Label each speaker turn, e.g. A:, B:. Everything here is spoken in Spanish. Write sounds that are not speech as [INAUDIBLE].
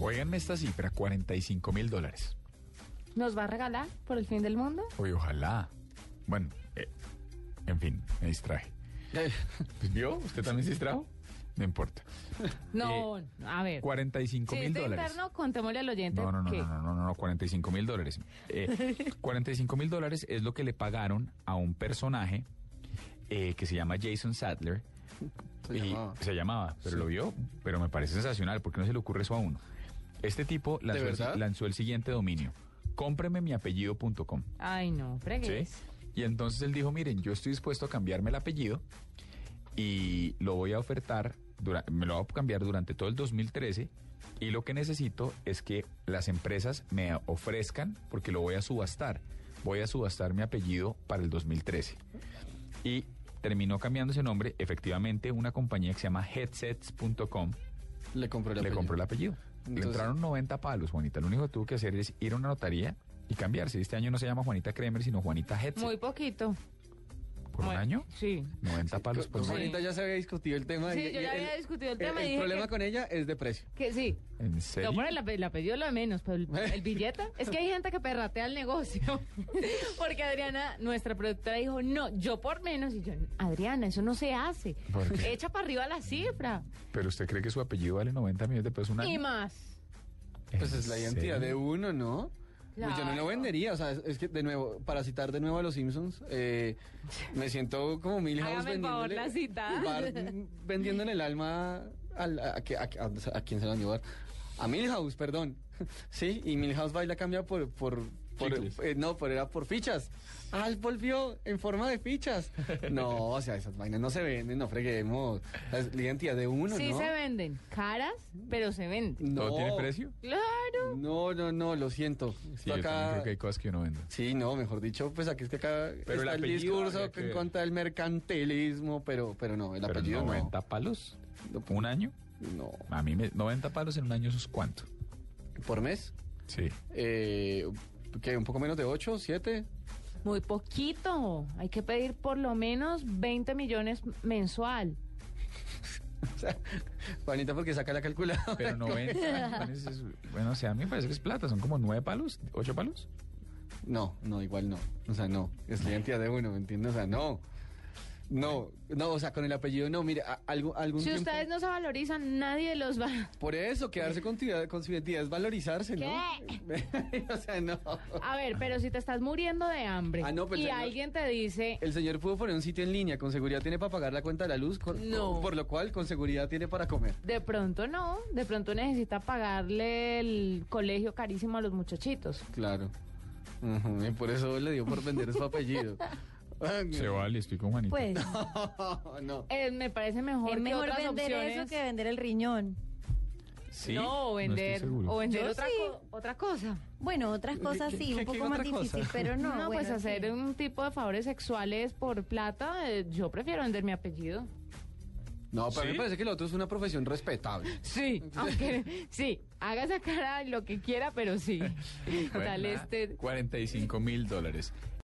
A: Óiganme esta cifra, 45 mil dólares.
B: ¿Nos va a regalar por el fin del mundo?
A: Oye, ojalá. Bueno, eh, en fin, me distraje. Pues, ¿Vio? ¿Usted también se distrajo? No importa.
B: No, a ver.
A: 45
B: Si
A: Eh, mil
B: es de
A: dólares.
B: interno, contémosle al oyente
A: No, no, no,
B: que
A: no, no, no, no, no, 45 mil dólares. Eh, 45 mil dólares es lo que le pagaron a un personaje eh, que se llama Jason Sadler.
C: Se
A: Y-
C: llamaba.
A: se llamaba, pero
C: Sí.
A: lo vio, pero me parece sensacional, porque no se le ocurre eso a uno. Este tipo lanzó, el,
C: verdad?
A: lanzó el siguiente dominio, cómpreme mi apellido.com.
B: Ay, no,
A: ¿sí?
B: fregues.
A: Y entonces él dijo, miren, yo estoy dispuesto a cambiarme el apellido y lo voy a ofertar, dura- me lo voy a cambiar durante todo el 2013 y lo que necesito es que las empresas me ofrezcan, porque lo voy a subastar, voy a subastar mi apellido para el 2013. Y terminó cambiando ese nombre, efectivamente, una compañía que se llama headsets.com
C: Le compró el
A: le
C: apellido.
A: compró el apellido. le
C: Entonces-
A: entraron 90 palos, Juanita. Lo único que tuvo que hacer es ir a una notaría y cambiarse. Este año no se llama Juanita Kremer, sino Juanita Hetzel.
B: Muy poquito.
A: ¿Por un
B: Bueno,
A: año?
B: Sí.
A: 90 palos por
C: Con
B: Sí.
A: mes.
C: Juanita ya se había discutido el tema.
B: Sí,
C: y-
B: yo
C: y
B: ya
C: el-
B: había discutido el
C: el-
B: tema y
C: El,
B: dije
C: problema
B: que-
C: con ella es de precio.
B: Que sí.
A: ¿En
B: No,
A: serio?
B: por el, ape- el apellido lo de menos, pero el, el billete. Es
A: [LAUGHS]
B: que hay gente que perratea el negocio. Porque Adriana, nuestra productora, dijo, no, yo por menos. Y yo, Adriana, eso no se hace.
A: ¿Por qué?
B: Echa para arriba la cifra.
A: ¿Pero usted cree que su apellido vale 90 millones de pesos un año?
B: Y más.
A: ¿En
C: Pues es la identidad de
A: serio?
C: uno, ¿no? Pues Yo no
B: Claro.
C: lo vendería, o sea, es, es que de nuevo, para citar de nuevo a los Simpsons, eh, me siento como Milhouse
B: Hágame el favor
C: vendiéndole,
B: la cita.
C: Bart vendiéndole el alma al- a, que- a- a- a quién se la van a llevar. A Milhouse, perdón. [LAUGHS] Sí, y Milhouse va y la cambia por... por, por-
A: Chicles.
C: eh, no, por era por fichas. Ah, él volvió en forma
A: [LAUGHS]
C: de fichas. No, o sea, esas vainas no se venden, no freguemos. La identidad de uno,
B: sí
C: ¿no?
B: se venden. Caras, pero se venden.
C: No.
A: ¿Todo tiene precio?
B: Claro.
C: No, no, no, lo siento.
A: Sí,
C: Esto
A: yo también
C: acá...
A: creo que hay cosas que yo no vendo.
C: Sí, no, mejor dicho, pues aquí es que acá
A: el
C: está el,
A: apellido habría
C: discurso
A: que
C: en
A: ver.
C: contra del mercantilismo, pero, pero no, el
A: ¿Pero
C: apellido
A: 90 palos? ¿Un año?
C: no.
A: A mí me- 90 palos en un año, ¿eso es cuánto?
C: No. ¿Por mes?
A: Sí.
C: Eh, ¿Qué? ¿Un poco menos de 8, 7?
B: Muy poquito. Hay que pedir por lo menos 20 millones mensual.
C: O sea, Juanita, porque saca la calculadora.
A: Pero 90 millones es... Bueno, o sea, a mí me parece que es plata. ¿Son como 9 palos? ¿8 palos?
C: [LAUGHS] No, no, igual no. O sea, no. Es la identidad de uno, ¿me entiendes? O sea, no. No, no, o sea, con el apellido no. Mire, a- algo, algún
B: Si
C: tiempo-
B: ustedes no se valorizan, nadie los va.
C: Por eso, quedarse con, tu idea- con su identidad es valorizarse, ¿no? [LAUGHS] o sea, no.
B: A ver, pero si te estás muriendo de hambre
C: Ah, no, pero
B: y
C: ya no-
B: alguien te dice,
C: El señor pudo poner un sitio en línea, con seguridad tiene para pagar la cuenta de la luz, con-
B: No.
C: por lo cual con seguridad tiene para comer.
B: de pronto no, de pronto necesita pagarle el colegio carísimo a los muchachitos.
C: Claro. Ujú, y por eso le dio por vender su apellido.
A: [LAUGHS]
C: Ay,
A: Se vale, estoy con Juanita. [LAUGHS]
D: Pues
C: no, [LAUGHS] no.
B: Eh, me parece mejor
D: es
B: que
D: mejor
B: otras
D: vender
B: opciones.
D: eso que vender el riñón.
A: Sí,
B: no, o vender,
A: estoy seguro.
B: o vender
D: Yo
B: otra,
D: sí.
B: co- otra cosa.
D: Bueno, otras cosas
C: qué-
D: sí,
C: qué-
D: un
C: qué
D: poco más
C: otra cosa?
D: difícil, pero no.
B: No, pues
D: bueno,
B: hacer
D: sí.
B: un tipo de favores sexuales por plata, eh, yo prefiero vender mi apellido.
C: No, pero
A: ¿Sí?
C: me parece que lo otro es una profesión respetable.
B: Sí, aunque sí, haga esa cara lo que quiera, pero sí.
A: Bueno,
B: Tal este
A: 45 mil dólares.